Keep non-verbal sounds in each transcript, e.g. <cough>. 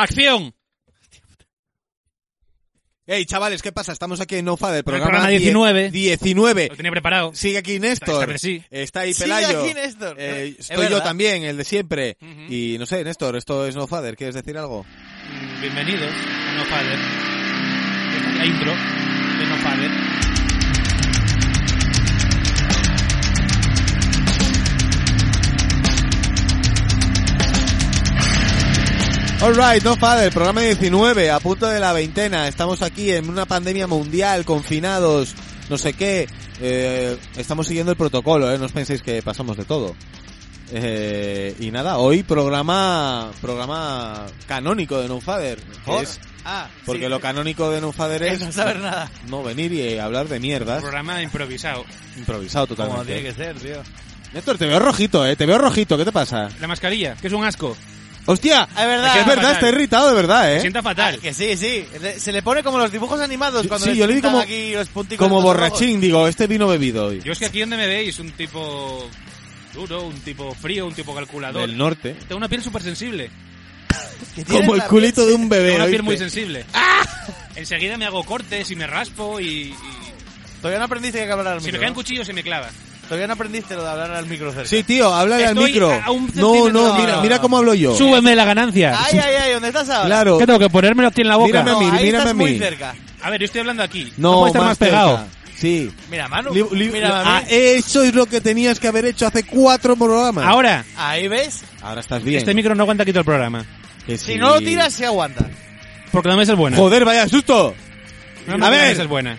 ¡Acción! Hey, chavales, ¿qué pasa? Estamos aquí en OFA del programa, programa die- 19. 19. Lo tenía preparado. Sigue aquí Esta Néstor. vez sí. Está ahí Sigue Pelayo. aquí Néstor. Eh, Es estoy yo verdad. también, el de siempre. Ujú. Y no sé, Néstor, esto es No Father. ¿Quieres decir algo? Mm, Bienvenidos a No Father. La intro de No Father. Alright, No Father, programa 19, a punto de la veintena. Estamos aquí en una pandemia mundial, confinados, no sé qué. Eh, estamos siguiendo el protocolo, ¿eh? No os penséis que pasamos de todo. Eh, y nada, hoy programa programa canónico de No Father. que Joder. es- Ah, porque sí. lo canónico de No Father Es es no saber nada. no venir y eh, hablar de mierdas. Programa improvisado. Improvisado Como totalmente. tiene que ser, tío. Néstor, te veo rojito, ¿eh? Te veo rojito, ¿qué te pasa? La mascarilla, que es un asco. ¡Hostia! Es verdad. Que es verdad, Fatal. está irritado de verdad, Me ¿eh? sienta fatal. Ah, que sí, sí. Le- Se le pone como los dibujos animados Yo- cuando sí, les yo le vi pintan como- aquí los punticos Como en los ojos. borrachín, digo, este vino bebido hoy. Yo es que aquí donde me veis, un tipo duro, un tipo frío, un tipo calculador. Del norte. Tengo una piel súper sensible. Que tienes Como el la culito piel- de un bebé. Tengo una piel ¿oíste? muy sensible. ¡Ah! Enseguida me hago cortes y me raspo y... y- Todavía no aprendiste que hablar al Si me micro. caen ¿no? cuchillos se me clava. Todavía no aprendiste lo de hablar al micro cerca. Sí, tío, háblale al Estoy micro. a un No, centímetro no, de- mira, mira cómo hablo yo. Súbeme la ganancia. Ay, ay, ay, ¿dónde estás ahora? Claro. tengo que ponérmelo aquí en la Mírame a mí, No, ahí mírame estás a mí. muy cerca. A ver, yo estoy hablando aquí. No, puedo estar más pegado. cerca. Sí. Mira, Manu. Li- li- mira, ah, eso es lo que tenías que haber hecho hace cuatro programas. Ahora, Ahí ves. Ahora estás bien. este micro no aguanta aquí todo el programa. Que Si sí. no lo tiras, se aguanta. Porque no me es buena. Joder, vaya susto. No a me ver. es buena.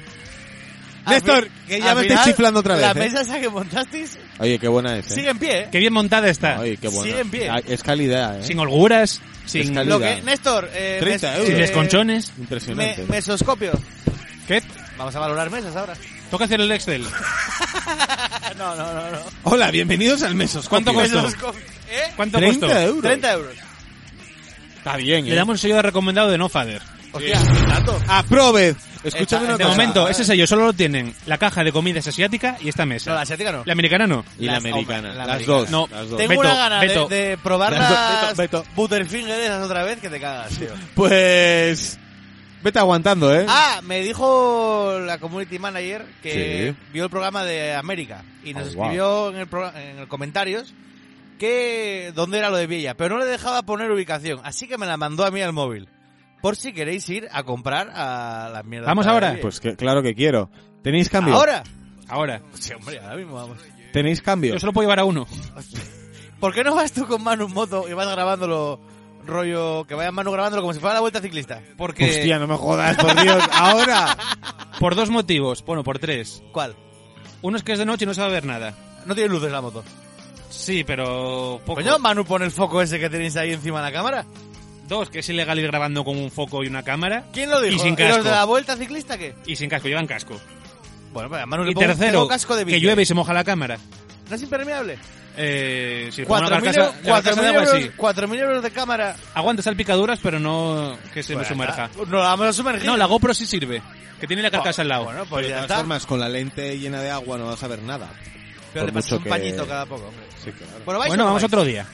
Al Néstor, fin- que ya al me estoy final, chiflando otra La vez, ¿eh? mesa esa que montasteis Oye, qué buena es. ¿eh? sigue en pie, ¿eh? Qué bien montada está. Oye, qué buena. Sigue en pie. Ah, Es calidad, ¿eh? Sin holguras, sin, calidad. Lo que, Néstor, eh, 30 mes- euros. sin Eh, desconchones. me- Impresionante. ¿eh? mesoscopio. ¿Qué? Vamos a valorar mesas ahora. <laughs> Toca hacer el Excel. no, no, no, no. Hola, bienvenidos al Mesos. ¿Cuánto costó? <laughs> Mesoscopio. ¿Eh? ¿Cuánto 30 costó? euros. 30 euros. Está bien, ¿eh? Le damos el sello de recomendado de No Father. Hostia, dato. Aprobed. Escúchame Esta- una De cosa. momento, ese sello solo lo tienen la caja de comidas asiática y esta mesa. No, la asiática no. La americana no. Y la Las- americana. hombre, la las, americana. Dos, No, las dos. Tengo Beto, una gana Beto. de, de probar Beto, las Beto, Beto. Butterfinger esas otra vez que te cagas, <laughs> tío. Pues... Vete aguantando, ¿eh? Ah, me dijo la community manager que Sí. vio el programa de América y nos Oh, wow. escribió en, el pro- en el comentarios que dónde era lo de Villa, pero no le dejaba poner ubicación, así que me la mandó a mí al móvil. Por si queréis ir a comprar a las mierdas. Vamos de ahora. Villa. Pues que, claro que quiero. ¿Tenéis cambio? ahora. Ahora. Sí, hombre, ahora mismo vamos. ¿Tenéis cambio? Yo solo puedo llevar a uno. ¿Por qué no vas tú con Manu en moto y vas grabándolo rollo que vaya Manu grabándolo como si fuera la vuelta ciclista? Porque. Hostia, no me jodas, por <laughs> Dios. Ahora. Por dos motivos. Bueno, por tres. ¿Cuál? Uno es que es de noche y no se va a ver nada. No tiene luces la moto. Sí, pero. Poco. Coño, Manu pone el foco ese que tenéis ahí encima de la cámara. Dos, que es ilegal ir grabando con un foco y una cámara. ¿Quién lo dijo? Y sin los casco. de la vuelta ciclista qué? Y sin casco, llevan casco. Bueno, pues a Manu Y le pongo, tercero, tengo casco de que bici. llueve y se moja la cámara. ¿No es impermeable? Eh, si le pongo una 4.000 carcasa- euros- la carcasa 4.000 de agua, sí. euros, 4.000 euros de cámara. Aguanta salpicaduras, pero no que se me Pues ya sumerja. está. No la vamos a sumergir. No, la GoPro sí sirve, que tiene la carcasa al lado. Bueno, pues de ya todas está. formas, con la lente llena de agua no vas a ver nada. por Pero le pasas mucho un que- pañito cada poco, hombre. Sí, claro. Bueno, vais Bueno, o no vamos vais? otro día.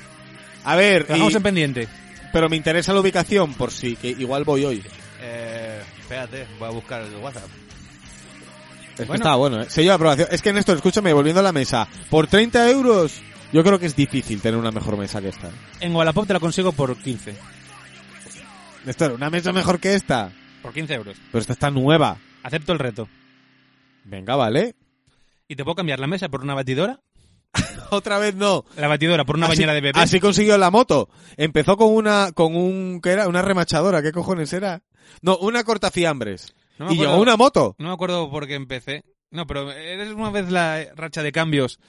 A ver, Lo dejamos y- en pendiente. pero me interesa la ubicación por si, que igual voy hoy. Eh, espérate, voy a buscar el WhatsApp. Es que Bueno. estaba bueno, ¿eh? Sello de aprobación. Es que Néstor, escúchame, volviendo a la mesa. Por 30 euros, yo creo que es difícil tener una mejor mesa que esta. ¿eh? En Wallapop te la consigo por 15. Néstor, una mesa mejor que esta. Por 15 euros. Pero esta está nueva. Acepto el reto. Venga, vale. <laughs> ¿Y te puedo cambiar la mesa por una batidora? Otra vez no. La batidora por Ah, una bañera de bebé. Así consiguió la moto. Empezó con una, con un, ¿qué era? Una remachadora, ¿qué cojones era? No, una cortafiambres. No me y acuerdo. llegó una moto. eh, No me acuerdo por qué empecé. No, pero eres una vez la racha de cambios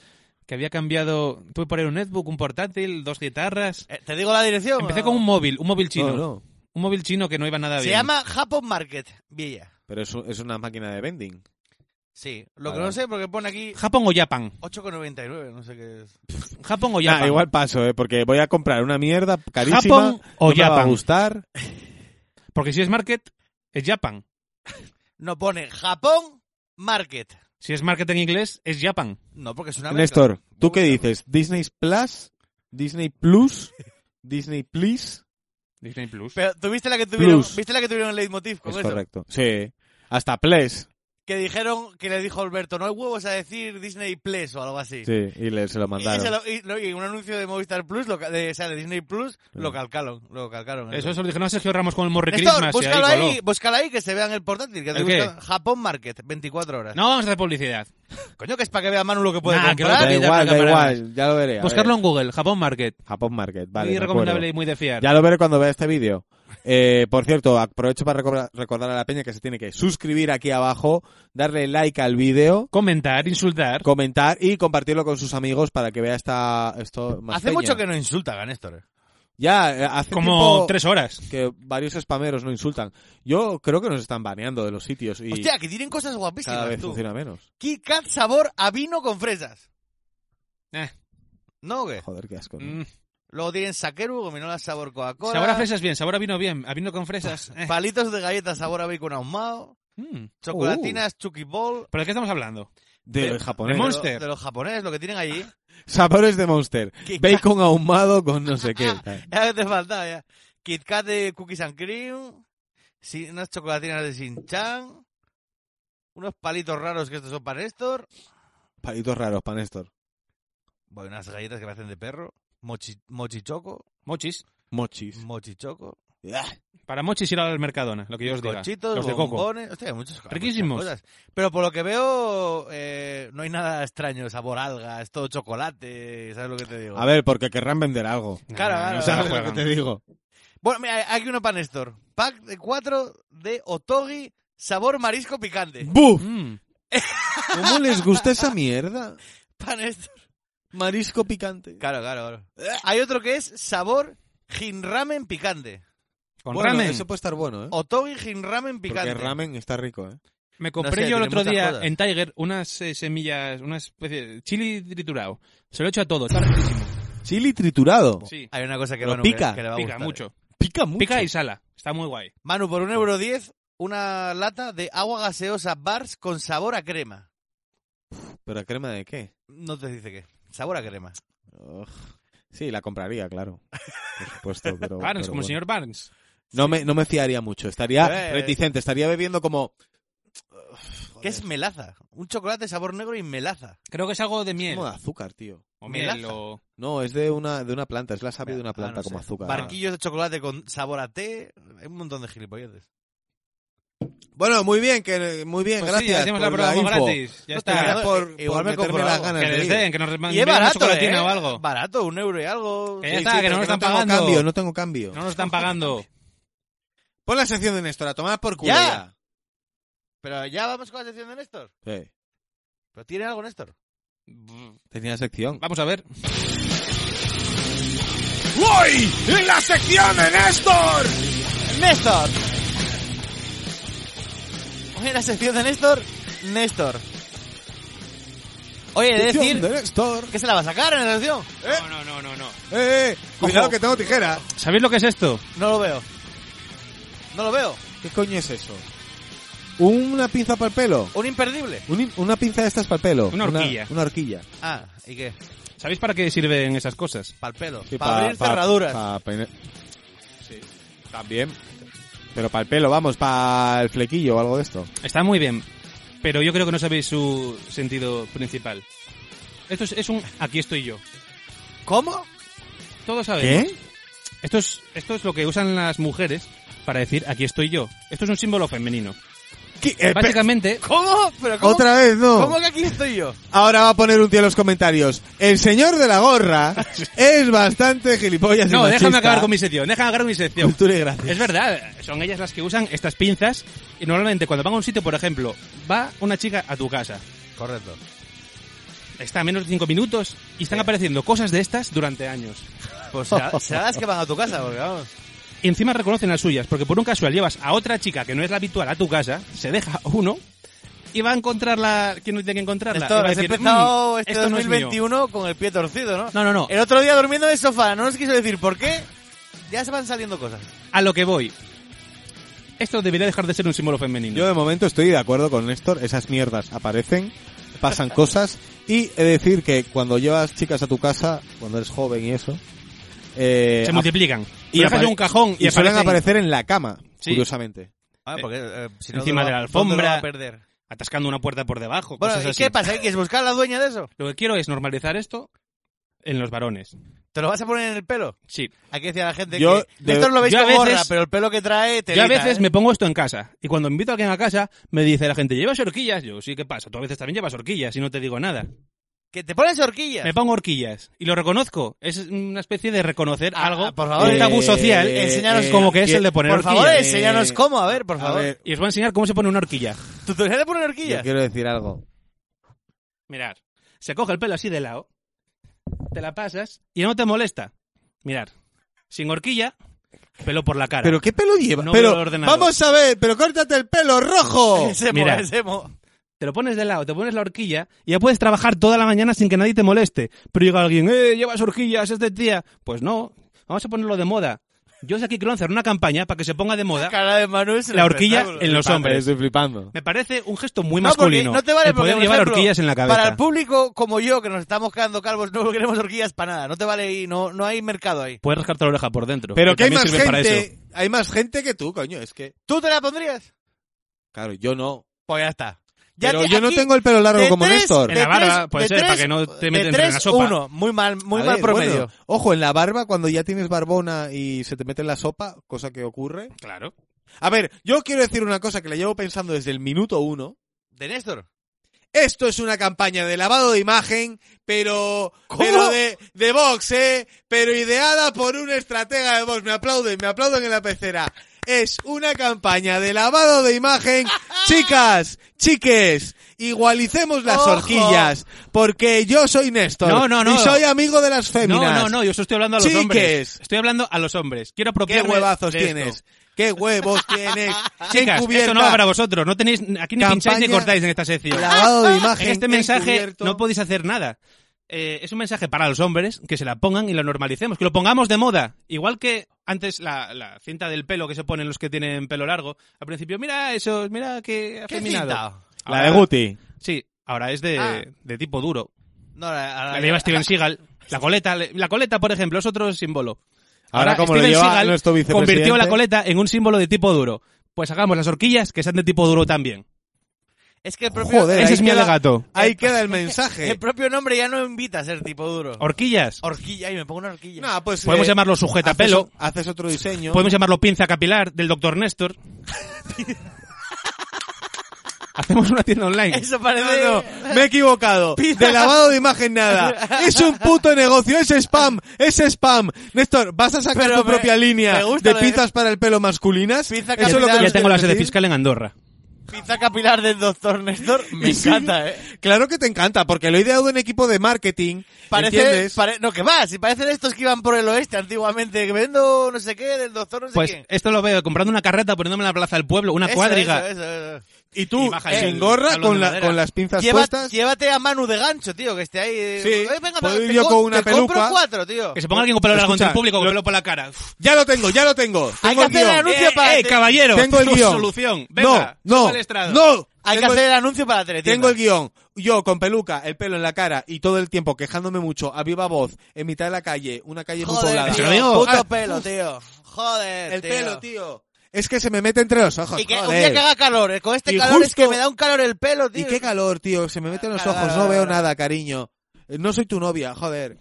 que había cambiado. Tuve por ahí un netbook, un portátil, dos guitarras. Eh, ¿Te digo la dirección? Empecé o con no? un móvil, un móvil chino. No, no. Un móvil chino que no iba nada Se bien. llama Japón Market, Villa. Pero es, un- es una máquina de vending. Sí. Lo Vale, que no vale. sé, porque pone aquí Japón o Japan. 8,99, no sé qué es. Japón o Japan. Nah, Ah, igual paso, ¿eh? Porque voy a comprar una mierda carísima. Japón o no me va a Japan. gustar. Porque si es market, es Japan. No pone Japón Market. Si es market en inglés, es Japan. No, porque es una marca. Néstor, ¿tú qué Búscalo. dices? ¿Disney Plus? ¿Disney Plus? ¿Disney Please? Disney Plus. Pero tú viste la que tuvieron, Plus. ¿viste la que tuvieron en Leitmotiv con Es eso? correcto. Sí. Hasta Ples. Que dijeron, que le dijo Alberto, no hay huevos a decir Disney Plus o algo así. Sí, y le, se lo Y, se mandaron. lo- y- no, y un anuncio de Movistar Plus, lo ca- de, o sea, de Disney Plus, lo calcaron, lo calcaron. Eso se lo dijeron a Sergio Ramos con el Morri Néstor, Christmas. y búscalo ahí coló. ahí, búscalo ahí que se vea en el portátil. Que te ¿El qué? gusta. Japón Market, 24 horas. No vamos a hacer publicidad. Coño, que es para que vea Manu lo que puede Nah, que comprar. lo Da que- igual, da Camarada. igual. Ya lo veré. a Buscarlo ver. en Google, Japón Market. Japón Market, vale. muy de recomendable acuerdo. y muy de fiar. Ya lo veré cuando vea este vídeo. Eh, por cierto, aprovecho para recobra- recordar a la peña que se tiene que suscribir aquí abajo, darle like al vídeo, Comentar, insultar. comentar y compartirlo con sus amigos para que vea esta, esto más Hace mucho que no insulta a Néstor. Ya, eh, hace como tiempo tres horas. que varios spameros no insultan. Yo creo que nos están baneando de los sitios y Hostia, que tienen cosas guapísimas, cada vez tú. funciona menos. Kit Kat sabor a vino con fresas. Eh. ¿No o qué? Joder, qué asco. ¿no? Mm. Luego tienen saqueru, gominola sabor Coca-Cola. Sabor a fresas bien, sabor a vino bien, a vino con fresas. eh. Palitos de galletas sabor a bacon ahumado. Mm. Chocolatinas, chucky ball. ¿Pero de qué estamos hablando? De, de- de japonés. de lo- Monster. De los japoneses, lo que tienen allí. Sabores <laughs> de Monster. <laughs> Kit Kat. Bacon ahumado con no sé qué. Ya te faltaba, ya. Kit Kat de cookies and cream. sí, unas chocolatinas de Sinchan. Unos palitos raros que estos son para Néstor. Palitos raros para Néstor. Bueno, unas galletas que me hacen de perro. Mochi, mochichoco. Mochis. Mochis. Mochichoco. Mm. Ah, Para mochis ir al Mercadona, lo que yo os Pues diga. Cochitos, Los de coco. bombones. Hostia, hay muchas cosas. Riquísimos. muchas cosas. Pero por lo que veo, eh, no hay nada extraño. Sabor alga, es todo chocolate. ¿Sabes lo que te digo? A ver, porque querrán <laughs> vender algo. Claro, Nah, claro, no se la ¿Sabes lo que Ah, juegan. te <laughs> digo? Bueno, mira, hay aquí uno para Néstor. Pack de cuatro de Otogi, sabor marisco picante. ¡Buf! Mm. ¿Cómo les gusta esa mierda? Para Néstor. Marisco picante. Claro, claro, claro. Hay otro que es sabor jinramen picante. Con Bueno, ramen. Oh, eso puede estar bueno, ¿eh? Otogi jinramen picante. Porque ramen está rico, ¿eh? Me compré sé, yo el tiene otro muchas día cosas. en Tiger unas eh, semillas, una especie de chili triturado. Se lo he hecho a todo, está riquísimo. Chili triturado. Sí, Hay una cosa que, Pero Manu, que- pica. que le va a pica gustar. eh. mucho. Pica eh. mucho. Pica y sala, está muy guay. Manu, por un euro diez, una lata de agua gaseosa bars con sabor a crema. ¿Pero crema de qué? No te dice qué. Sabor a crema. Ugh. Sí, la compraría, claro. Por supuesto, pero. Barnes, pero como el bueno. señor Barnes. No me, no me fiaría mucho. Estaría Eh. reticente. Estaría bebiendo como. ¿Qué es melaza? Un chocolate sabor negro y melaza. Creo que es algo de miel. Como de azúcar, tío. O miel Melaza. o... No, es de una, de una planta. Es la savia de Ah, una planta no como sé. azúcar. Barquillos de chocolate con sabor a té. Hay un montón de gilipolletes. Bueno, muy bien, que muy bien. Pues sí, gracias. hacemos por la prueba info. gratis. Ya Hostia, está. Gracias por, Igual por me meterme compro las algo. ganas. Que les de ir. den, que nos Y es manden una barato, chocolatina ¿eh? o algo. Barato, un euro y algo. Que ya está, que no pero nos están tengo pagando. Cambio, no tengo cambio. No nos están pagando. <laughs> Pon la sección de Néstor a tomar por culo. Ya. Pero ya vamos con la sección de Néstor. ya. Sí. ¿Pero tiene algo Néstor? Tenía sección. Vamos a ver. ¡Voy! ¡En la sección de Néstor! ¡Néstor! Hoy en la sección de Néstor, Néstor. Oye, he de Sección de decir Néstor. que se la va a sacar en la sección. No, no, no, no, no. ¡Eh, eh! Cuidado Ojo. que tengo tijera. ¿Sabéis lo que es esto? No lo veo. No lo veo. ¿Qué coño es eso? ¿Una pinza para el pelo? Un imperdible. Un in- una pinza de estas para el pelo. Una horquilla. Una, horquilla. Ah, ¿y qué? ¿Sabéis para qué sirven esas cosas? Para el pelo. Sí, para pa- abrir pa- cerraduras. pa- peine- También. Pero para el pelo, vamos, para el flequillo o algo de esto. Está muy bien, pero yo creo que no sabéis su sentido principal. Esto es, es un aquí estoy yo. ¿Cómo? Todos sabemos. Esto es, esto es lo que usan las mujeres para decir aquí estoy yo. Esto es un símbolo femenino. ¿Qué? Eh, pe- <laughs> Básicamente, ¿Cómo? ¿Pero cómo? Otra vez, no. ¿Cómo que aquí estoy yo? Ahora va a poner un tío en los comentarios. El señor de la <laughs> gorra es bastante gilipollas. y no, déjame machista. acabar con mi sección, déjame acabar con mi <laughs> sección. Cultura y gracia. Es verdad, son ellas las que usan estas pinzas y normalmente cuando van a un sitio, por ejemplo, va una chica a tu casa Correcto. está a menos de 5 minutos y están apareciendo cosas de estas durante años. Pues será- será las que van a tu casa, porque vamos. Y encima reconocen las suyas, porque por un casual llevas a otra chica que no es la habitual a tu casa, se deja uno y va a encontrarla quien no tiene que encontrarla. Y Esto, va a has decir, empezado "Mm, este esto no es mío". 2021 con el pie torcido, ¿no? No, no, no. El otro día durmiendo en el sofá, no nos quiso decir por qué. Ya se van saliendo cosas. A lo que voy. Esto debería dejar de ser un símbolo femenino. Yo eh, de momento estoy de acuerdo con Néstor, esas mierdas aparecen, <laughs> pasan cosas y he de decir que cuando llevas chicas a tu casa, cuando eres joven y eso, eh, se ap- multiplican. Y apare- dejas en un cajón y, y suelen aparecen aparecer en la cama, Sí. curiosamente. Ah, porque, eh, si no, Encima ¿dónde de la va- dónde alfombra. Pues va a perder? atascando una puerta por debajo. Bueno, cosas ¿y así. qué pasa? ¿Qué ¿Quieres buscar a la dueña de eso? Lo que quiero es normalizar esto en los varones. ¿Te lo vas a poner en el pelo? Sí. Aquí decía la gente Yo, que de- Néstor lo veis yo a con gorra, veces- pero el pelo que trae te ¿eh? Yo a veces me pongo esto en casa. Y cuando invito a alguien a casa, me dice la gente, ¿llevas horquillas? Yo, sí, ¿qué pasa? Tú a veces también llevas horquillas y no te digo nada. Que te pones horquillas. Me pongo horquillas. Y lo reconozco. Es una especie de reconocer Ah, algo. por favor, un tabú eh, social. eh, enseñaros como que es que- el de poner Por favor, horquillas. enséñanos Eh, cómo, a ver, por favor. ver, Y os voy a enseñar cómo se pone una horquilla. ¿Tutorial de poner Yo horquillas? quiero decir algo. Mirad. Se coge el pelo así de lado. Te la pasas y no te molesta. Mirad. Sin horquilla, pelo por la cara. ¿Pero qué pelo lleva? No pero, veo el ordenador. vamos a ver, pero córtate el pelo <laughs> rojo. <laughs> Ese mo, Mira. ese mo. Te lo pones de lado, te pones la horquilla y ya puedes trabajar toda la mañana sin que nadie te moleste. Pero llega alguien, ¡eh, llevas horquillas este día! Pues no, vamos a ponerlo de moda. Yo sé aquí quiero lanzar una campaña para que se ponga de moda Cara de Manu es un la horquilla espectáculo. en los hombres. Estoy flipando. Me parece un gesto muy No, porque masculino. no te vale el porque, poder por llevar ejemplo, horquillas en la Para el cabeza. público como yo, que nos estamos quedando calvos, no queremos horquillas para nada. No te vale ahí, no, no hay mercado ahí. Puedes rascarte la oreja por dentro. Pero que hay también más sirve para eso. gente, hay más gente que tú, coño, es que, ¿Tú te la pondrías? claro, yo no. Pues ya está. Ya pero te- yo no aquí, tengo el pelo largo de como tres- Néstor. En de la barba, tres- puede de ser, para tres- que no te de metan entre tres, la sopa. Uno, muy mal, muy A mal ver, promedio. bueno, ojo, en la barba, cuando ya tienes barbona y se te mete en la sopa, cosa que ocurre. Claro. A ver, yo quiero decir una cosa que le llevo pensando desde el minuto uno. De Néstor. Esto es una campaña de lavado de imagen, pero, ¿Cómo? pero de, de Vox, ¿eh? Pero ideada por un estratega de Vox. Me aplauden, me aplauden en la pecera. Es una campaña de lavado de <laughs> imagen. Chicas, chiques, igualicemos las Ojo. horquillas, porque yo soy Néstor. No, no, no. Y soy amigo de las féminas. No, no, no, yo os estoy hablando a los Chiques. hombres. Estoy hablando a los hombres. Quiero ¿Qué apropiarme huevazos de esto. tienes? ¿Qué huevos tienes? <laughs> ¿Qué Chicas, encubierta? esto no va para vosotros. No tenéis, aquí ni pincháis ni Campaña cortáis en esta sección. Lavado de imagen. En este mensaje encubierto. no podéis hacer nada. Eh, es un mensaje para los hombres que se la pongan y lo normalicemos, que lo pongamos de moda. Igual que antes la, la cinta del pelo que se ponen los que tienen pelo largo. Al principio, mira eso, mira que ¿Qué afeminado. cinta? Ahora- Guti. Sí, ahora es de, Ah. de tipo duro. No, la, la- La lleva Steven Seagal. La coleta, le- la coleta, por ejemplo, es otro símbolo. Ahora, como lo Steven lleva Seagal nuestro vicepresidente- convirtió la coleta en un símbolo de tipo duro. Pues hagamos las horquillas que sean de tipo duro también. Es que el propio, Joder, Ese ahí es mi queda- alegato. Ahí queda el el mensaje. propio nombre ya no invita a ser tipo duro. Horquillas. Horquilla, y me pongo una horquilla. No, pues, Podemos eh, llamarlo sujetapelo. Haces, haces otro diseño. Podemos llamarlo pinza capilar del doctor Néstor. <laughs> Hacemos una tienda online. <laughs> Eso No, parece... no, me he equivocado. De lavado de imagen <laughs> nada. Es un puto negocio, es spam, es spam. Néstor, ¿vas a sacar Pero tu me- propia me línea gusta de lo de- pizzas para el pelo masculinas? Pizza Eso es lo que capital. ya nos tengo la quieres sede decir? fiscal en Andorra. Pizza capilar del doctor Néstor, me encanta, eh. Claro que te encanta, porque lo he ideado en equipo de marketing. Parece, ¿entiendes? pare- no, que va, si parecen estos que iban por el oeste antiguamente, que vendo no sé qué, del doctor no sé Pues quién. esto lo veo comprando una carreta, poniéndome en la plaza del pueblo, una Eso, cuadriga. eso, eso, eso. Y tú, Y eh, baja el- sin gorra, el con, tablón de la- madera. con las pinzas Lleva- puestas. Llévate a Manu de gancho, tío, que esté ahí. eh, Sí, eh, venga, puedo te ir yo co- con una te peluca. compro cuatro, tío. Que se ponga alguien con pelo largo entre el Escucha, público, con pelo por la cara. Uf. Ya lo tengo, ya lo tengo. Tengo Hay que el hacer guión. el anuncio para... ¡Eh, caballero! Tengo el guión. solución. Venga, no, sube al no, estrado. no. Hay que Tengo el- hacer el anuncio para la teletienda. Tengo el guión. Yo con peluca, el pelo en la cara y todo el tiempo quejándome mucho a viva voz en mitad de la calle, una calle muy Joder, poblada. Se lo tío, digo. puto Ah, pelo, tío. Joder, el tío. pelo, tío. Es que se me mete entre los ojos. Y que un joder. día que haga calor, eh, con este Y calor es que justo- me da un calor el pelo, tío. Y qué calor, tío. Se me meten los Claro, ojos. claro, No veo claro. nada, cariño. Eh, No soy tu novia, joder.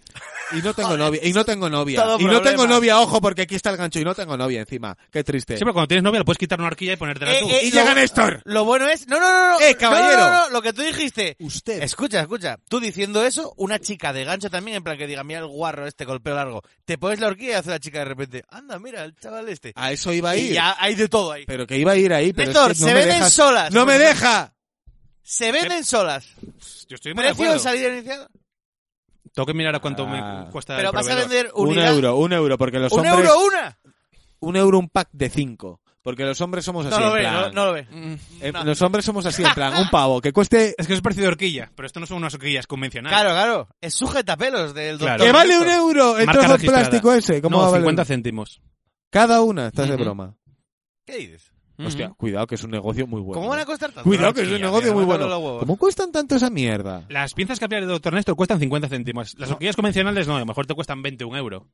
Y no tengo novia. Y no tengo novia. Todo y no tengo problema. novia, ojo, porque aquí está el gancho. Y no tengo novia encima. Qué triste. Sí, pero cuando tienes novia le puedes quitar una horquilla y ponértela Eh, tú. eh, y lo- llega Néstor. Lo bueno es... No, no, no, no. Eh, no, caballero. No, no, no, lo que tú dijiste. Usted. Escucha, escucha. Tú diciendo eso, una chica de gancho también, en plan que diga, mira el guarro este con el pelo largo. Te pones la horquilla y hace la chica de repente, anda, mira, el chaval este. A eso iba a Y ir. ya hay de todo ahí. Pero que iba a ir ahí. Pero es Néstor, que no se me venden dejas- solas. ¡No me deja! Se venden solas. Yo estoy muy de Precio de acuerdo. salida inicial. Tengo que mirar a cuánto Ah. me cuesta Pero el vas a proveedor. vender Un unidad. euro, un euro, porque los ¿Un hombres... euro una? Un euro un pack de cinco. Porque los hombres somos así No lo en ve, plan... no, no lo ve. Mm, eh, no. Los hombres somos así en plan, un pavo que cueste... Es que eso es precio de horquilla, pero esto no son unas horquillas convencionales. Claro, claro. Es sujetapelos del doctor. Claro. ¡Que vale un Víctor. euro! El Marca trozo de registrada. plástico ese. ¿Cómo no, va a valer? 50 céntimos. Cada una. Estás de Ujú. broma. ¿Qué dices? Hostia, Ujú. cuidado que es un negocio muy bueno. ¿Cómo van a costar tanto? Cuidado Las que es un horquillas, negocio mira, muy me bueno. los huevos. ¿Cómo cuestan tanto esa mierda? Las pinzas capilares de Dr. Néstor cuestan 50 céntimos. Las horquillas convencionales no, a lo mejor te cuestan 20, un euro.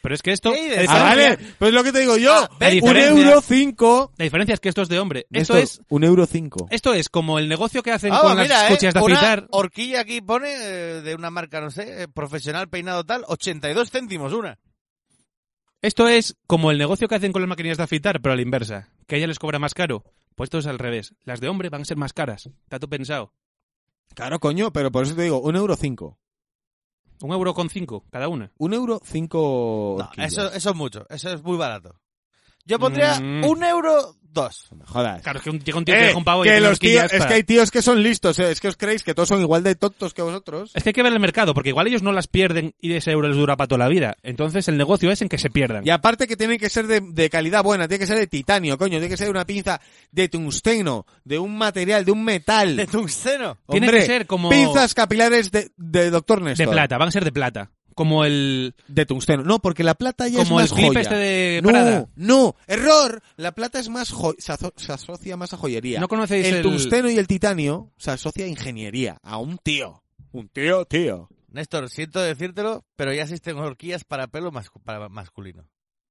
Pero es que esto... ¿Qué dices? la Ah, diferencia- vale. Pues lo que te digo yo. Ah, ve- un diferencia- euro cinco. La diferencia es que esto es de hombre. Néstor, Esto es Un euro cinco. esto es como el negocio que hacen Oh, Ah, con mira, las eh, cuchillas de una afeitar. horquilla aquí pone eh, de una marca, no sé, eh, profesional peinado tal, 82 céntimos una. Esto es como el negocio que hacen con las maquinillas de afeitar, pero a la inversa. Que a ella les cobra más caro. Pues esto es al revés. Las de hombre van a ser más caras. Tato pensado. Claro, coño, pero por eso te digo, un euro cinco. Un euro con cinco cada una. Un euro cinco. No, horquillas. eso, eso es mucho, eso es muy barato. Yo pondría Mm. un euro dos. No me Jodas. Claro, es que un, llega un tío que Eh, deja un pavo y que tiene los horquillas tíos, es para- que hay tíos que son listos, eh, es que os creéis que todos son igual de tontos que vosotros. Es que hay que ver el mercado, porque igual ellos no las pierden y ese euro les dura para toda la vida. Entonces el negocio es en que se pierdan. Y aparte que tienen que ser de, de calidad buena, tiene que ser de titanio, coño, tiene que ser una pinza de tungsteno, de un material, de un metal. De tungsteno. Tienen Hombre, que ser como- Pinzas capilares de, de Doctor de Néstor. plata, van a ser de plata. Como el... De tungsteno. No, porque la plata ya Como es más el clip joya. este de no, Prada. no, error. La plata es más jo- se, aso- se asocia más a joyería. ¿No conocéis el, el- tungsteno y el titanio se asocia a ingeniería, a un tío. Un tío, tío. Néstor, siento decírtelo, pero ya existen horquillas para pelo mascu- para masculino.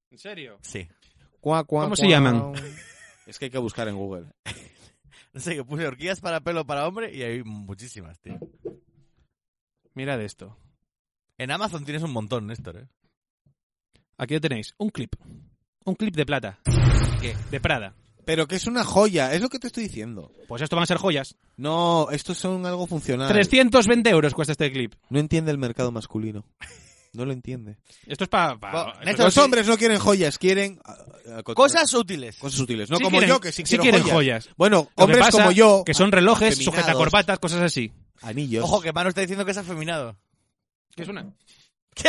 ¿En serio? Sí. Cuá, cuá, ¿Cómo se cuá. llaman? <laughs> Es que hay que buscar en Google. No sé, yo puse horquillas para pelo para hombre y hay muchísimas, tío. Mirad esto. En Amazon tienes un montón, Néstor, ¿eh? Aquí lo tenéis. Un clip. Un clip de plata. ¿Qué? De Prada. Pero que es una joya, es lo que te estoy diciendo. Pues esto van a ser joyas. No, estos son algo funcional. 320 euros cuesta este clip. No entiende el mercado masculino. No <laughs> lo entiende. Esto es para... Bueno, Néstor, Los sí. hombres no quieren joyas, quieren ah, ah, Cosas útiles. cosas útiles, no Sí como quieren- yo que sí, sí quiero quieren joyas. joyas. Bueno, hombres como yo, Que son relojes, afeminados, sujeta corbatas, cosas así. anillos. Ojo, que Manu está diciendo que es <laughs> afeminado. ¿Qué es una?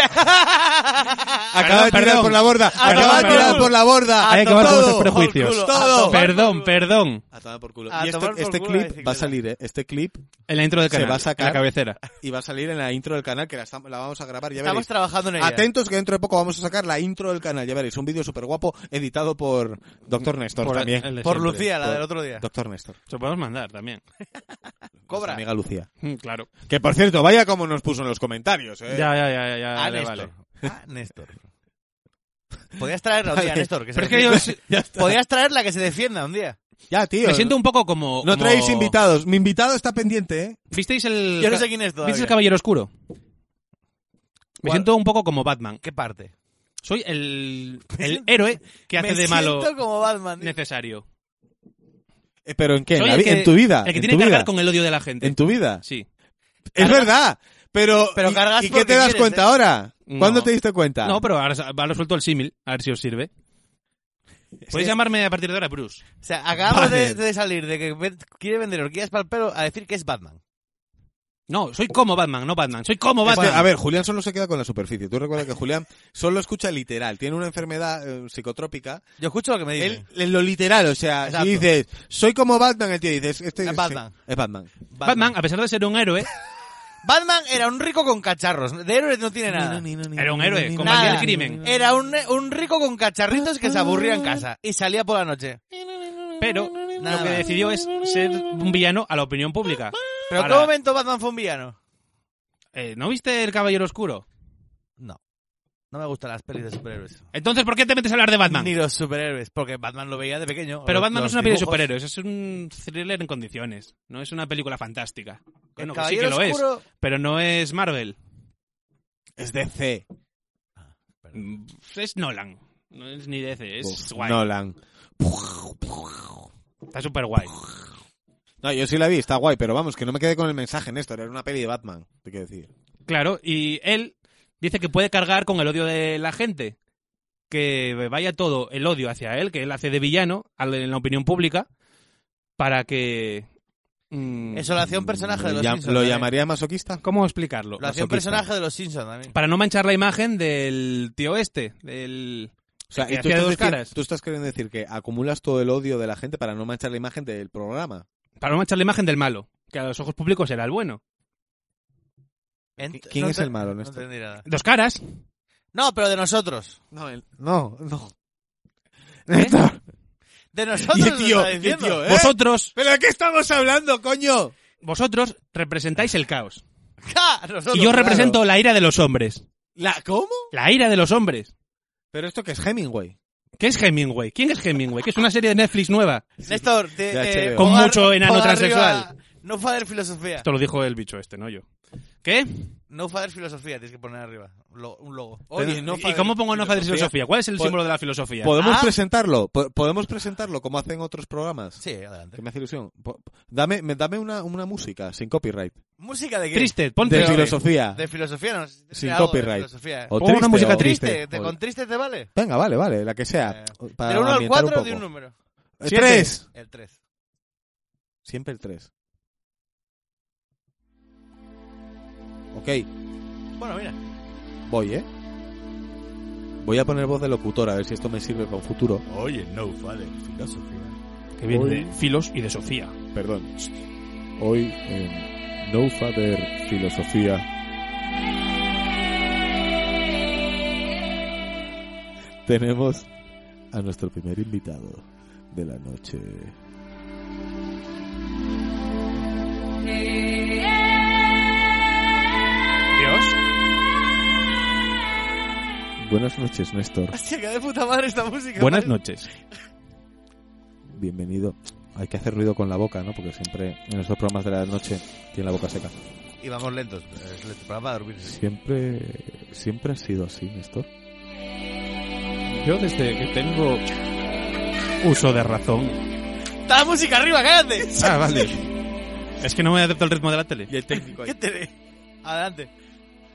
acaba Perdón, de tirar perdón. por la borda, Ah, acaba de perdón, tirar perdón. por la borda. Hay que acabar con estos todo. prejuicios. prejuicios. todo. Perdón, perdón. A tomar por culo. A Y este, tomar por este culo la clip bicicleta. va a salir, ¿eh? este clip En la intro del Se canal. va a sacar. En la cabecera. y va a salir en la intro del canal que la, estam- la vamos a grabar, ya Estamos veréis. trabajando en ella. Atentos que dentro de poco vamos a sacar la intro del canal, ya veréis, un vídeo súper guapo editado por Doctor Néstor Por también. el de Por siempre. Lucía, la Por- del otro día. Doctor Néstor. Se lo podemos mandar también. Nuestra Cobra. Amiga Lucía. Mm, Claro. Que por cierto, vaya como nos puso en los comentarios, eh. Ya, ya, ya, ya, ya. A vale, Ah, Néstor. vale. A Ah, Néstor. Podías traerla un día, Vale. Néstor. Que se Pero es que defienda. yo si- Podías traerla que se defienda un día. Ya, tío. me siento un poco como. No como- traéis invitados. Mi invitado está pendiente, eh. ¿Visteis el. Yo no sé quién es todavía. ¿Visteis el Caballero Oscuro? Me ¿Cuál? siento un poco como Batman. ¿Qué parte? Soy el, el héroe que hace Me de malo siento como Batman. tío. necesario. Eh, ¿Pero en qué? ¿En, Soy la el vi- que- en tu vida. El que Ah, en tiene tu que vida. hablar con el odio de la gente. En tu vida. Sí. Es verdad. Pero, Pero ¿y- cargas ¿y, qué porque te das quieres, cuenta eh. ahora? ¿Cuándo No. te diste cuenta? No, pero ahora, ahora suelto el símil, a ver si os sirve. Podéis llamarme a partir de ahora Bruce. O sea, acabamos Vale. de, de salir de que ve- quiere vender horquillas para el pelo a decir que es Batman. No, soy como Batman, no Batman. Soy como Es que, Batman. a ver, Julián solo se queda con la superficie. Tú recuerdas que Julián solo escucha literal. Tiene una enfermedad eh, psicotrópica. Yo escucho lo que me dicen. Él, él lo literal, o sea, Exacto. si dices, soy como Batman, el tío dices, este Es sí, Batman. es Batman. Batman, a pesar de ser un <laughs> héroe, Batman era un rico con cacharros. De héroe no tiene nada. Era un héroe, combatía Nada. el crimen. Era un, un rico con cacharritos que se aburría en casa y salía por la noche. pero Nada. lo que decidió es ser un villano a la opinión pública. ¿Pero en Ahora, qué momento Batman fue un villano? eh, ¿No viste El Caballero Oscuro? No. No me gustan las pelis de superhéroes. Entonces, ¿por qué te metes a hablar de Batman? Ni los superhéroes, porque Batman lo veía de pequeño. Pero Los- Batman no los es una peli de dibujos. superhéroes, es un thriller en condiciones. No es una película fantástica. Bueno, El que sí que Caballero lo es, Oscuro- pero no es Marvel. Es DC. Mm, Es Nolan. No es ni DC, es Uf, guay. Nolan. Está súper guay. No, yo sí la vi, está guay, pero vamos, que no me quedé con el mensaje, Néstor. Era una peli de Batman, te quiero decir. Claro, y él dice que puede cargar con el odio de la gente. Que vaya todo el odio hacia él, que él hace de villano al- en la opinión pública, para que mm, mm, Eso lo hacía un personaje de Lo los llam- Simpsons. ¿eh? ¿Lo también. llamarías masoquista? ¿Cómo explicarlo? Lo hacía un masoquista. personaje de los Simpsons también. Para no manchar la imagen del tío este, del... O sea, que y tú, hacía estás dos diciendo- caras. tú estás queriendo decir que acumulas todo el odio de la gente para no manchar la imagen del programa. Para no manchar la imagen del malo, que a los ojos públicos era el bueno. Ent- ¿Quién no es te- el malo en no esto? entendí nada. Dos <laughs> caras. No, pero de nosotros. No, no, no. ¿Eh? <laughs> De nosotros. Y lo tío, está y diciendo. tío, ¿eh? Vosotros, ¿Pero de qué estamos hablando, coño? vosotros representáis el caos. <laughs> Ja, nosotros, Y yo claro. represento la ira de los hombres. ¿La, ¿Cómo? La ira de los hombres. Pero esto que es Hemingway. ¿Qué es Hemingway? ¿Quién es Hemingway? Que es una serie de Netflix nueva. Néstor, te- De eh, HBO. Con ponga- mucho enano ponga transexual. arriba, No fader filosofía. Esto lo dijo el bicho este, no yo. ¿Qué? No fader filosofía, tienes que poner arriba. Un lo- un logo. Oye, no ¿Y cómo pongo no fader filosofía? ¿Cuál es el Po- símbolo de la filosofía? ¿Podemos Ah. presentarlo? Po- ¿Podemos presentarlo como hacen otros programas? Sí, adelante. Que me hace ilusión. Po- Dame, me- dame una, una música sin copyright. Música de qué? Triste, ponte. De Pero- filosofía. De filosofía, no. si te Sin algo de copyright. filosofía. O Pongo una triste, música o- triste. ¿Te, con triste te vale? Venga, vale, vale, la que sea. Para Del 1 al ambientar 4 un de un poco. número. Eh, Siete. Tres. El 3. Siempre el tres. Ok, Bueno, mira. <laughs> voy, ¿eh? Voy a poner voz de locutor a ver si esto me sirve para un futuro. Oye, no fader filosofía. Que viene de filos y de Sofía. Perdón. Hoy en No Father Filosofía tenemos a nuestro primer invitado de la noche. Dios. Buenas noches, Néstor. Hostia, que de puta madre esta música. Buenas ¿vale? noches. Bienvenido. Hay que hacer ruido con la boca, ¿no? Porque siempre en estos programas de la noche tiene la boca seca. Y vamos lentos. Es el programa de dormir. Siempre, siempre ha sido así, Néstor. Yo desde que tengo uso de razón. ¡Está la música arriba, cállate! <laughs> Ah, <laughs> vale. Es que no me adapto al ritmo de la tele. el técnico ¿Qué te Adelante.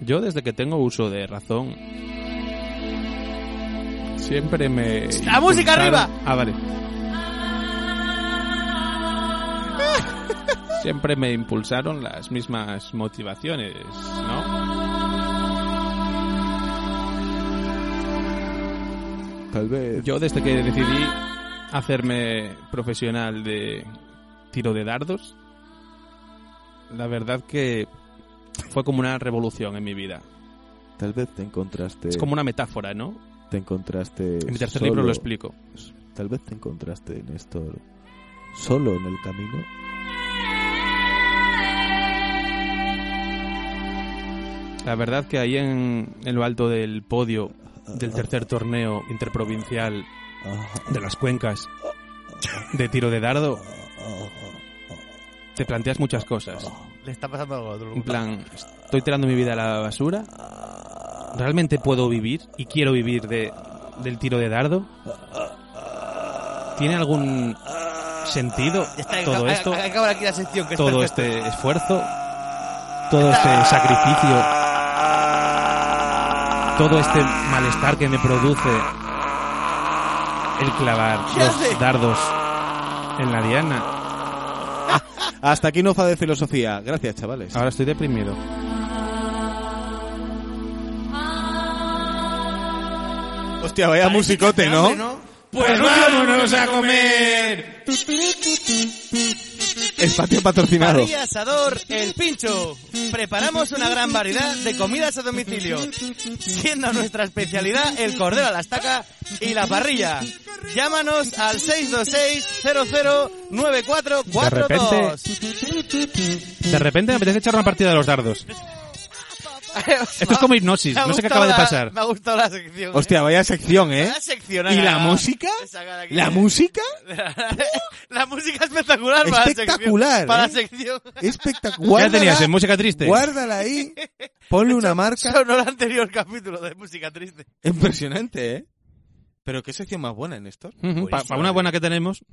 Yo desde que tengo uso de razón siempre me ¡La música impulsaron- arriba! Ah, <laughs> vale. Siempre me impulsaron las mismas motivaciones, ¿no? Tal vez. Yo desde que decidí hacerme profesional de tiro de dardos, la verdad que fue como una revolución en mi vida. Tal vez te encontraste. Es como una metáfora, ¿no? Te encontraste. En mi tercer libro lo explico. pues, Tal vez te encontraste, Néstor, solo en el camino. La verdad que ahí en, en lo alto del podio del tercer torneo interprovincial de las cuencas de tiro de dardo, te planteas muchas cosas. Le está pasando algo a otro. En plan, estoy tirando mi vida a la basura. ¿Realmente puedo vivir y quiero vivir de, del tiro de dardo? ¿Tiene algún sentido Ya está, todo ac- esto? ac- Acaba aquí la sección que es todo perfecta. este esfuerzo, todo este sacrificio, todo este malestar que me produce el clavar ¿Qué hace? los dardos en la diana. Hasta aquí no fa de filosofía. Gracias, chavales. Ah. Ahora estoy deprimido. Hostia, vaya musicote, este, Hombre, ¿no? ¿no? Pues vámonos a comer. Espacio patrocinado. Parrilla Asador El Pincho. Preparamos una gran variedad de comidas a domicilio, siendo nuestra especialidad el cordero a la estaca y la parrilla. Llámanos al 626-009442. De repente me apetece echar una partida de los dardos. <laughs> Esto es como hipnosis, <laughs> Me ha no sé qué gustado acaba de la- pasar. Me ha gustado la sección. Hostia, vaya sección, ¿eh? ¿eh? La sección ¿Y la acá. música? Sacar aquí- ¿La música? <laughs> la música espectacular para la sección. Espectacular, Para la ¿eh? sección. Espectacular. ¿Qué tenías en música triste? Guárdala ahí. Ponle una marca. Sonó el anterior capítulo de música triste. Impresionante, ¿eh? Pero qué sección más buena, Néstor. Ujú, pa- Buenísimo, pa' una buena que tenemos.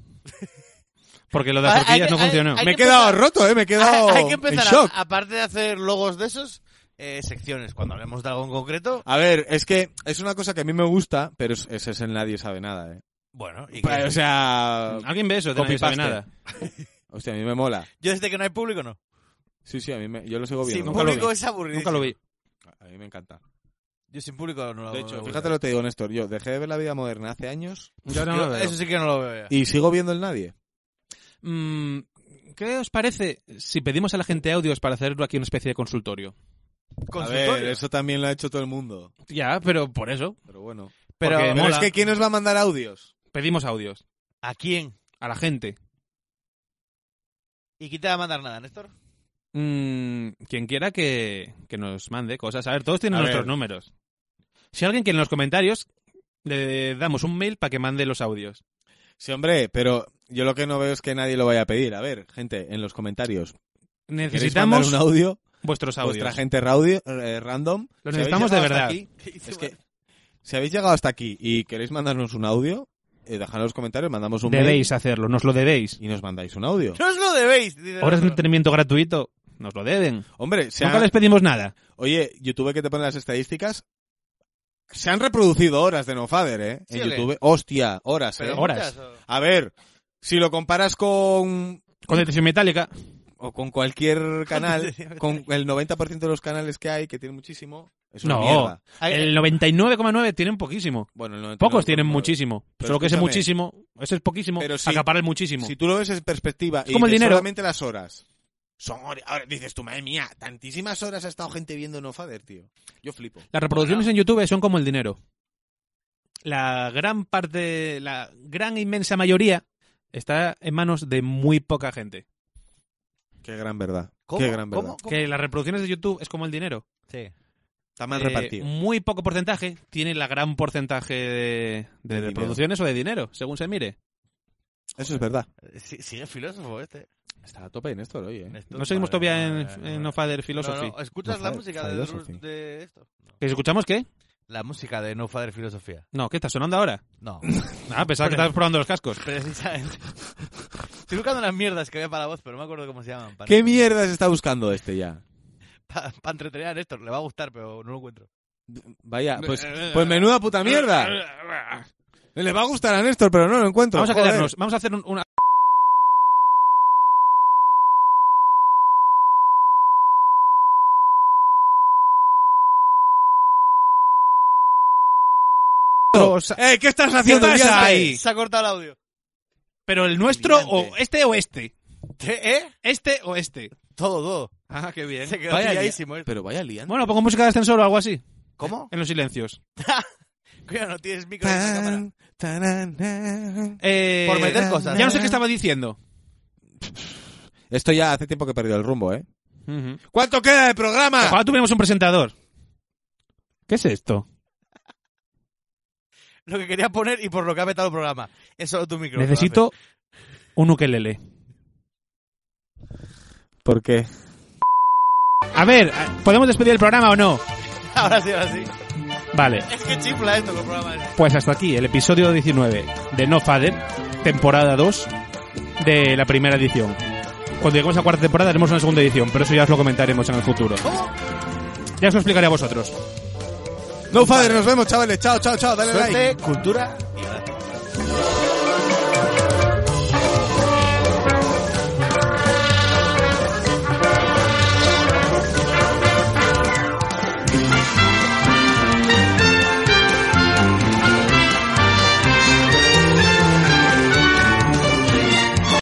Porque lo de <laughs> Hay- hay forquillas que- no hay- funcionó. hay Me he que quedado empezar- roto, ¿eh? Me he quedado Ah, <laughs> Hay que en empezar, a- shock. aparte de hacer logos de esos, eh, secciones. Cuando hablemos de algo en concreto, A ver, es que es una cosa que a mí me gusta, pero es- ese es el nadie sabe nada, ¿eh? bueno, y que- Pa- O sea, Ah. ¿Alguien ve eso? De Copy nadie sabe paste. nada. Hostia, a mí me mola. Yo desde que no hay público, no. Sí, sí, a mí me, yo lo sigo Sin viendo. Nunca lo público vi. es aburrido. Nunca lo vi. A mí me encanta. Yo sin público no lo De Ah, no hecho, lo fíjate veo. lo que te digo, Néstor. Yo dejé de ver la vida moderna hace años Yo no Yo- lo veo. Eso sí que no lo veo. y sigo viendo el nadie. Mm, ¿Qué os parece si pedimos a la gente audios para hacer aquí una especie de consultorio? A Consultorio. ver, eso también lo ha hecho todo el mundo. Ya, pero por eso. Pero bueno. Pero, porque- Pero mola. es que ¿quién nos va a mandar audios? Pedimos audios ¿a quién? a la gente. ¿Y quién te va a mandar nada, Néstor? Mm, quien quiera que, que nos mande cosas. A ver, todos tienen A nuestros ver. números. Si alguien quiere en los comentarios, le damos un mail para que mande los audios. Sí, hombre, pero yo lo que no veo es que nadie lo vaya a pedir. A ver, gente, en los comentarios. ¿queréis mandar Necesitamos un audio? vuestros audios. Vuestra gente raudio- eh, Lo random. Si habéis necesitamos de llegado hasta verdad. <laughs> aquí, es que si habéis llegado hasta aquí y queréis mandarnos un audio, eh, dejadnos en los comentarios, mandamos un Debéis hacerlo, nos lo debéis. mail y nos mandáis un audio. No os lo debéis. dice Horas de Néstor. entretenimiento gratuito, nos lo deben. Hombre, se Nunca han- les pedimos nada. oye, YouTube que te pone las estadísticas, se han reproducido horas de No Father, ¿eh? Sí, en ole. YouTube. Hostia, horas, Pero ¿eh? horas. muchas, o- A ver, si lo comparas con Con Detección Metálica, o con <laughs> cualquier canal, <laughs> Joder, con el 90% de los canales que hay, que tienen muchísimo, es una No. mierda. Hay- el 99,9 tienen poquísimo. Bueno, el 99,9. Pocos tienen muchísimo. Pero Solo que ese escúchame. muchísimo, ese es poquísimo, Pero sí. acapara el muchísimo. Si tú lo ves en perspectiva y como el dices dinero. solamente las horas. Son horas. Ahora dices tú, madre mía, tantísimas horas ha estado gente viendo No Father, tío. Yo flipo. Las reproducciones Ah. en YouTube son como el dinero. La gran parte, la gran inmensa mayoría está en manos de muy poca gente. Qué gran verdad. ¿Cómo? Qué gran verdad. ¿Cómo? ¿Cómo? Que las reproducciones de YouTube es como el dinero. Sí. Está mal Eh, repartido. Muy poco porcentaje tiene la gran porcentaje de, de dinero. reproducciones o de dinero, según se mire. Eso es verdad. Sí- Sigue filósofo este. Está a tope en esto hoy, eh. Néstor, No seguimos madre todavía mía, en, madre en mía. No Father No, Philosophy. no, ¿Escuchas No la Father música de, Philosophy. de esto? No. ¿Que escuchamos qué? La música de No Father Filosofía. No, ¿qué está sonando ahora? No. <laughs> Ah, <laughs> pensaba que estabas probando los cascos. Precisamente. Estoy buscando unas mierdas que había para la voz, pero no me acuerdo cómo se llaman. Para, ¿Qué mierda se está buscando este ya? <laughs> Para entretener a Néstor. Le va a gustar, pero no lo encuentro. Vaya, pues, pues menuda puta <laughs> mierda. Vamos Le va a gustar a Néstor, pero no lo encuentro. a joder. quedarnos, vamos a hacer un- una... Eh, ¿qué estás haciendo ¿Qué pasa Iriarte? ahí? Sí. Se ha cortado el audio. Pero el nuestro, o Brillante. este o este. ¿Qué? ¿Eh? Este o este. Todo, todo. Ah, qué bien. Se quedó Vaya pilladísimo. eh. Pero vaya liando. Bueno, pongo música de ascensor o algo así, <laughs> ¿Cómo? en los silencios. Cuidado, no tienes micro en la cámara. Eh, Por meter cosas. Ya no sé qué estaba diciendo. Esto ya hace tiempo que he perdido el rumbo, ¿eh? ¿Cuánto queda de programa? Ojalá tuviéramos un presentador. Ah. ¿Qué es esto? Lo que quería poner y por lo que ha vetado el programa. Es solo tu micro. Necesito un ukelele. ¿Por qué? A ver, ¿podemos despedir el programa o no? <laughs> Ahora sí, ahora sí. Vale, Es que chifla esto con el programa este. pues hasta aquí el episodio 19 de No Father, temporada 2 de la primera edición. Cuando lleguemos a cuarta temporada haremos una segunda edición, pero eso ya os lo comentaremos en el futuro. ¿Cómo? Ya os lo explicaré a vosotros. No, Father, nos vemos, chavales. Chao, chao, chao. Dale like. Suerte, cultura